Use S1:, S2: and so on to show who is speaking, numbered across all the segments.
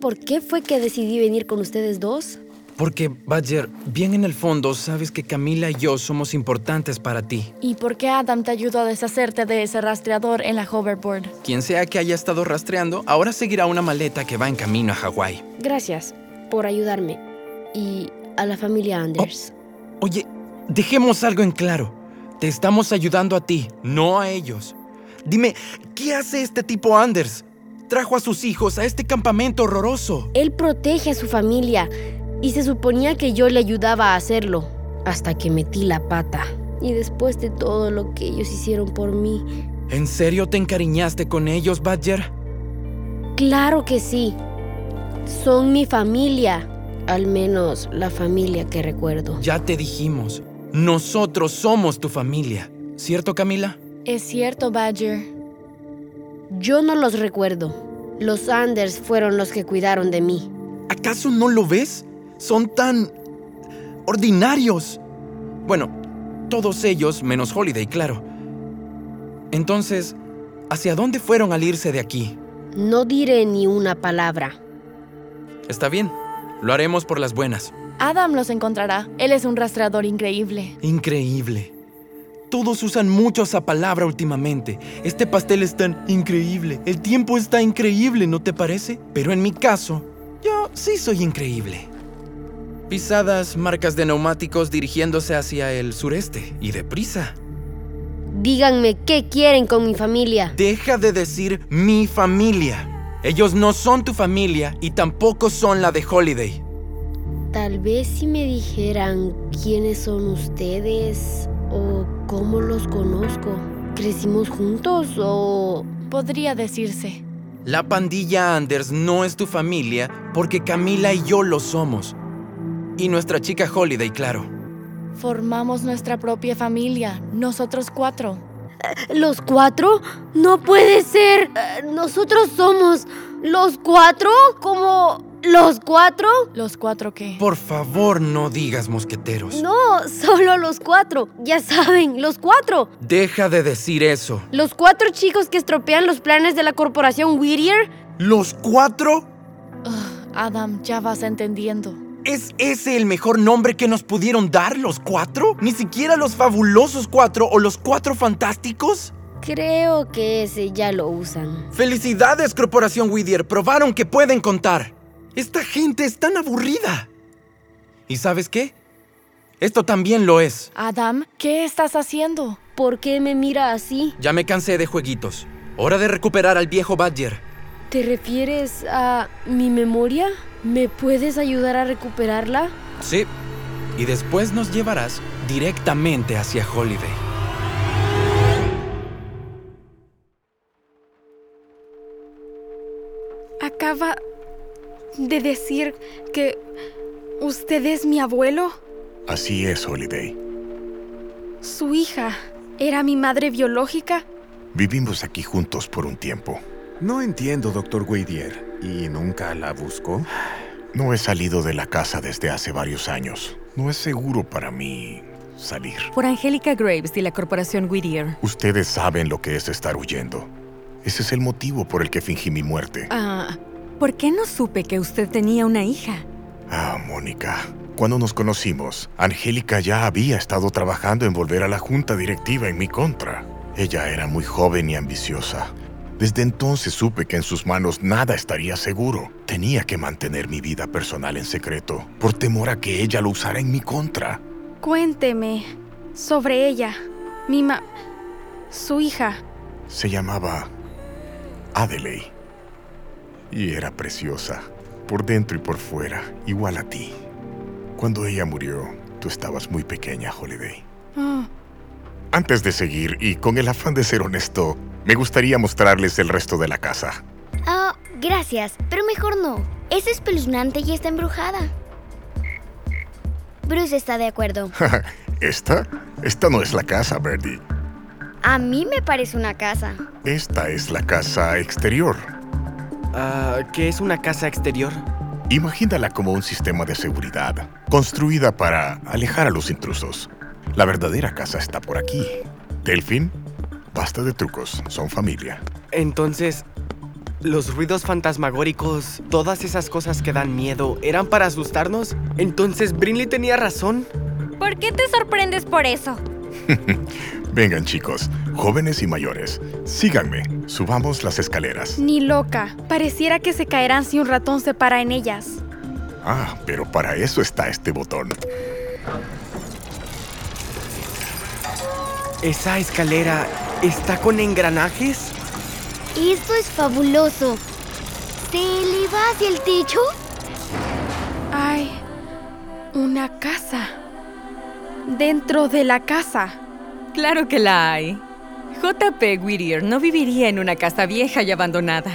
S1: por qué fue que decidí venir con ustedes dos?
S2: Porque, Badger, bien en el fondo sabes que Camila y yo somos importantes para ti.
S3: ¿Y por qué Adam te ayudó a deshacerte de ese rastreador en la hoverboard?
S2: Quien sea que haya estado rastreando, ahora seguirá una maleta que va en camino a Hawái.
S1: Gracias por ayudarme. Y a la familia Anders.
S2: Oye, dejemos algo en claro. Te estamos ayudando a ti, no a ellos. Dime, ¿qué hace este tipo Anders? Trajo a sus hijos a este campamento horroroso.
S1: Él protege a su familia y se suponía que yo le ayudaba a hacerlo hasta que metí la pata. Y después de todo lo que ellos hicieron por mí.
S2: ¿En serio te encariñaste con ellos, Badger?
S1: Claro que sí. Son mi familia. Al menos la familia que recuerdo.
S2: Ya te dijimos, nosotros somos tu familia. ¿Cierto, Camila?
S3: Es cierto, Badger.
S1: Yo no los recuerdo. Los Anders fueron los que cuidaron de mí.
S2: ¿Acaso no lo ves? Son tan... ordinarios. Bueno, todos ellos, menos Holiday, claro. Entonces, ¿hacia dónde fueron al irse de aquí?
S1: No diré ni una palabra.
S2: Está bien, lo haremos por las buenas.
S3: Adam los encontrará. Él es un rastreador increíble.
S2: Increíble. Todos usan mucho esa palabra últimamente. Este pastel es tan increíble. El tiempo está increíble, ¿no te parece? Pero en mi caso, yo sí soy increíble. Pisadas, marcas de neumáticos dirigiéndose hacia el sureste y deprisa.
S1: Díganme qué quieren con mi familia.
S2: Deja de decir mi familia. Ellos no son tu familia y tampoco son la de Holiday.
S1: Tal vez si me dijeran quiénes son ustedes o cómo los conozco. ¿Crecimos juntos o...?
S3: Podría decirse.
S2: La pandilla Anders no es tu familia porque Camila y yo lo somos. Y nuestra chica Holiday, claro.
S3: Formamos nuestra propia familia, nosotros cuatro.
S1: ¿Los cuatro? No puede ser. Eh, Nosotros somos los cuatro, como los cuatro.
S3: ¿Los cuatro qué?
S2: Por favor, no digas mosqueteros.
S1: No, solo los cuatro. Ya saben, los cuatro.
S2: Deja de decir eso.
S1: Los cuatro chicos que estropean los planes de la corporación Whittier.
S2: ¿Los cuatro?
S3: Ugh, Adam, ya vas entendiendo.
S2: ¿Es ese el mejor nombre que nos pudieron dar los cuatro? ¿Ni siquiera los fabulosos cuatro o los cuatro fantásticos?
S1: Creo que ese ya lo usan.
S2: Felicidades, Corporación Whittier. Probaron que pueden contar. Esta gente es tan aburrida. ¿Y sabes qué? Esto también lo es.
S3: Adam, ¿qué estás haciendo?
S1: ¿Por qué me mira así?
S2: Ya me cansé de jueguitos. Hora de recuperar al viejo Badger.
S1: ¿Te refieres a mi memoria? ¿Me puedes ayudar a recuperarla?
S2: Sí. Y después nos llevarás directamente hacia Holiday.
S4: Acaba de decir que usted es mi abuelo.
S5: Así es, Holiday.
S4: Su hija era mi madre biológica.
S5: Vivimos aquí juntos por un tiempo.
S6: No entiendo, doctor Weidier. ¿Y nunca la buscó?
S5: No he salido de la casa desde hace varios años. No es seguro para mí salir.
S7: Por Angélica Graves y la corporación Whittier.
S5: Ustedes saben lo que es estar huyendo. Ese es el motivo por el que fingí mi muerte.
S7: Ah, ¿por qué no supe que usted tenía una hija?
S5: Ah, Mónica. Cuando nos conocimos, Angélica ya había estado trabajando en volver a la junta directiva en mi contra. Ella era muy joven y ambiciosa. Desde entonces supe que en sus manos nada estaría seguro. Tenía que mantener mi vida personal en secreto, por temor a que ella lo usara en mi contra.
S4: Cuénteme sobre ella. Mi ma... su hija.
S5: Se llamaba Adelaide. Y era preciosa, por dentro y por fuera, igual a ti. Cuando ella murió, tú estabas muy pequeña, Holiday.
S4: Oh,
S5: Antes de seguir, y con el afán de ser honesto, me gustaría mostrarles el resto de la casa.
S8: Ah, gracias, pero mejor no. Es espeluznante y está embrujada. Bruce está de acuerdo.
S5: ¿Esta? Esta no es la casa, Birdie.
S8: A mí me parece una casa.
S5: Esta es la casa exterior.
S9: Ah, ¿Qué es una casa exterior?
S5: Imagínala como un sistema de seguridad, construida para alejar a los intrusos. La verdadera casa está por aquí. Delfín, basta de trucos, son familia.
S9: Entonces, Los ruidos fantasmagóricos, todas esas cosas que dan miedo, ¿eran para asustarnos? Entonces, Brinley tenía razón.
S7: ¿Por qué te sorprendes por eso?
S5: Vengan chicos, jóvenes y mayores, síganme, subamos las escaleras.
S4: Ni loca. Pareciera que se caerán si un ratón se para en ellas.
S5: Ah, pero para eso está este botón.
S9: ¿Esa escalera está con engranajes?
S1: Esto es fabuloso. ¿Se eleva hacia el techo?
S4: Ay, una casa. Dentro de la casa.
S7: Claro que la hay. J.P. Whittier no viviría en una casa vieja y abandonada.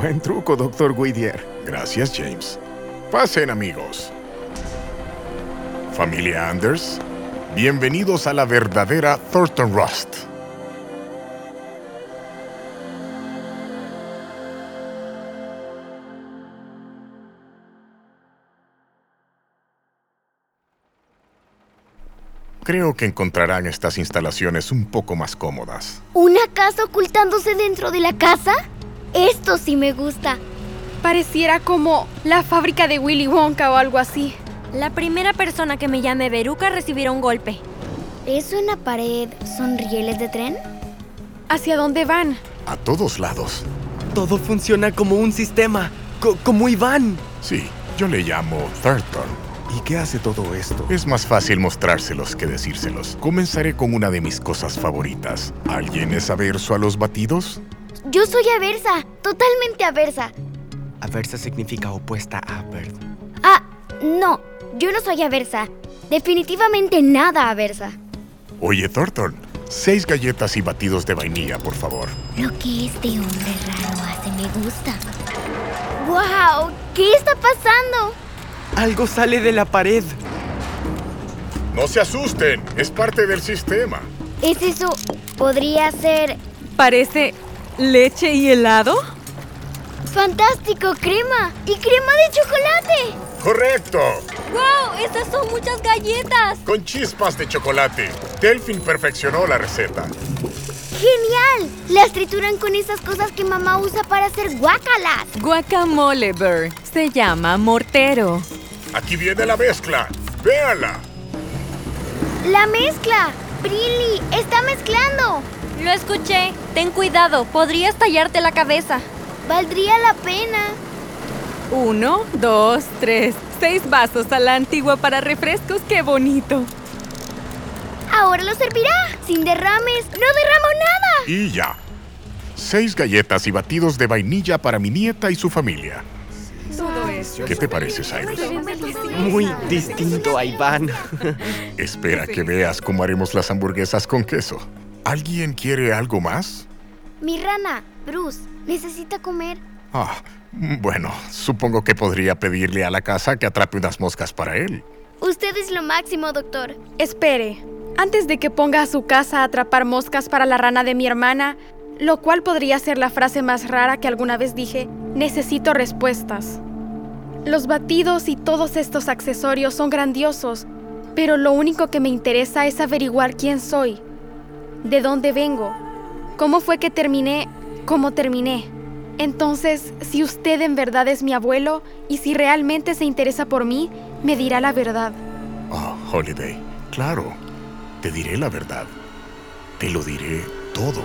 S2: Buen truco, doctor Whittier.
S5: Gracias, James. Pasen, amigos. Familia Anders, bienvenidos a la verdadera Thornton Rust. Creo que encontrarán estas instalaciones un poco más cómodas.
S1: ¿Una casa ocultándose dentro de la casa? Esto sí me gusta.
S4: Pareciera como la fábrica de Willy Wonka o algo así.
S7: La primera persona que me llame Veruca recibirá un golpe.
S1: ¿Es una pared? ¿Son rieles de tren?
S4: ¿Hacia dónde van?
S5: A todos lados.
S9: Todo funciona como un sistema, co- como Iván.
S5: Sí, yo le llamo Thornton.
S2: ¿Y qué hace todo esto?
S5: Es más fácil mostrárselos que decírselos. Comenzaré con una de mis cosas favoritas. ¿Alguien es averso a los batidos?
S1: Yo soy aversa, totalmente aversa.
S9: Aversa significa opuesta a Bird.
S1: Ah, no, yo no soy aversa. Definitivamente nada aversa.
S5: Oye, Thornton, seis galletas y batidos de vainilla, por favor.
S1: Lo que este hombre raro hace me gusta. ¡Wow! ¿Qué está pasando?
S9: Algo sale de la pared.
S5: No se asusten, es parte del sistema.
S1: ¿Es eso? ¿Podría ser
S7: Parece leche y helado.
S1: fantástico crema y crema de chocolate?
S5: Correcto,
S7: ¡Wow! ¡Estas son muchas galletas!
S5: con chispas de chocolate. Delfin perfeccionó la receta.
S1: ¡Genial! Las trituran con esas cosas que mamá usa para hacer guacalas.
S7: Guacamole, Burr. Se llama mortero.
S5: Aquí viene la mezcla. Véala.
S1: ¡La mezcla! ¡Brilli! ¡Está mezclando!
S7: Lo escuché. Ten cuidado, podrías tallarte la cabeza.
S1: ¡Valdría la pena!
S7: Uno, dos, tres. Seis vasos a la antigua para refrescos. ¡Qué bonito!
S1: ¡Ahora lo servirá! ¡Sin derrames! ¡No derramo nada!
S5: Y ya. Seis galletas y batidos de vainilla para mi nieta y su familia.
S7: Todo eso.
S5: ¿Qué te parece, Cyrus?
S9: Muy distinto a Iván.
S5: Espera que veas cómo haremos las hamburguesas con queso. ¿Alguien quiere algo más?
S1: Mi rana, Bruce, necesita comer.
S5: Ah, bueno, supongo que podría pedirle a la casa que atrape unas moscas para él.
S1: Usted es lo máximo, doctor.
S4: Espere, antes de que ponga a su casa a atrapar moscas para la rana de mi hermana, lo cual podría ser la frase más rara que alguna vez dije, necesito respuestas. Los batidos y todos estos accesorios son grandiosos, pero lo único que me interesa es averiguar quién soy, de dónde vengo, cómo fue que terminé, cómo terminé. Entonces, si usted en verdad es mi abuelo y si realmente se interesa por mí, me dirá la verdad.
S5: Oh, Holiday, claro. Te diré la verdad. Te lo diré todo.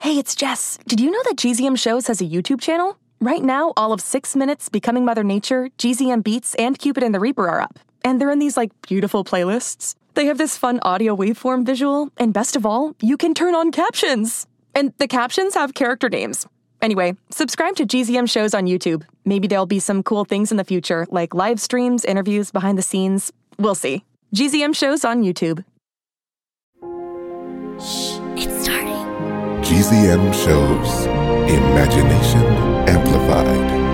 S10: Hey, it's Jess. Did you know that GZM Shows has a YouTube channel? Right now, all of Six Minutes, Becoming Mother Nature, GZM Beats, and Cupid and the Reaper are up. And they're in these, like, beautiful playlists. They have this fun audio waveform visual, and best of all, you can turn on captions! And the captions have character names. Anyway, subscribe to GZM Shows on YouTube. Maybe there'll be some cool things in the future, like live streams, interviews, behind the scenes. We'll see. GZM Shows on YouTube.
S1: It's starting.
S11: GZM shows Imagination Amplified.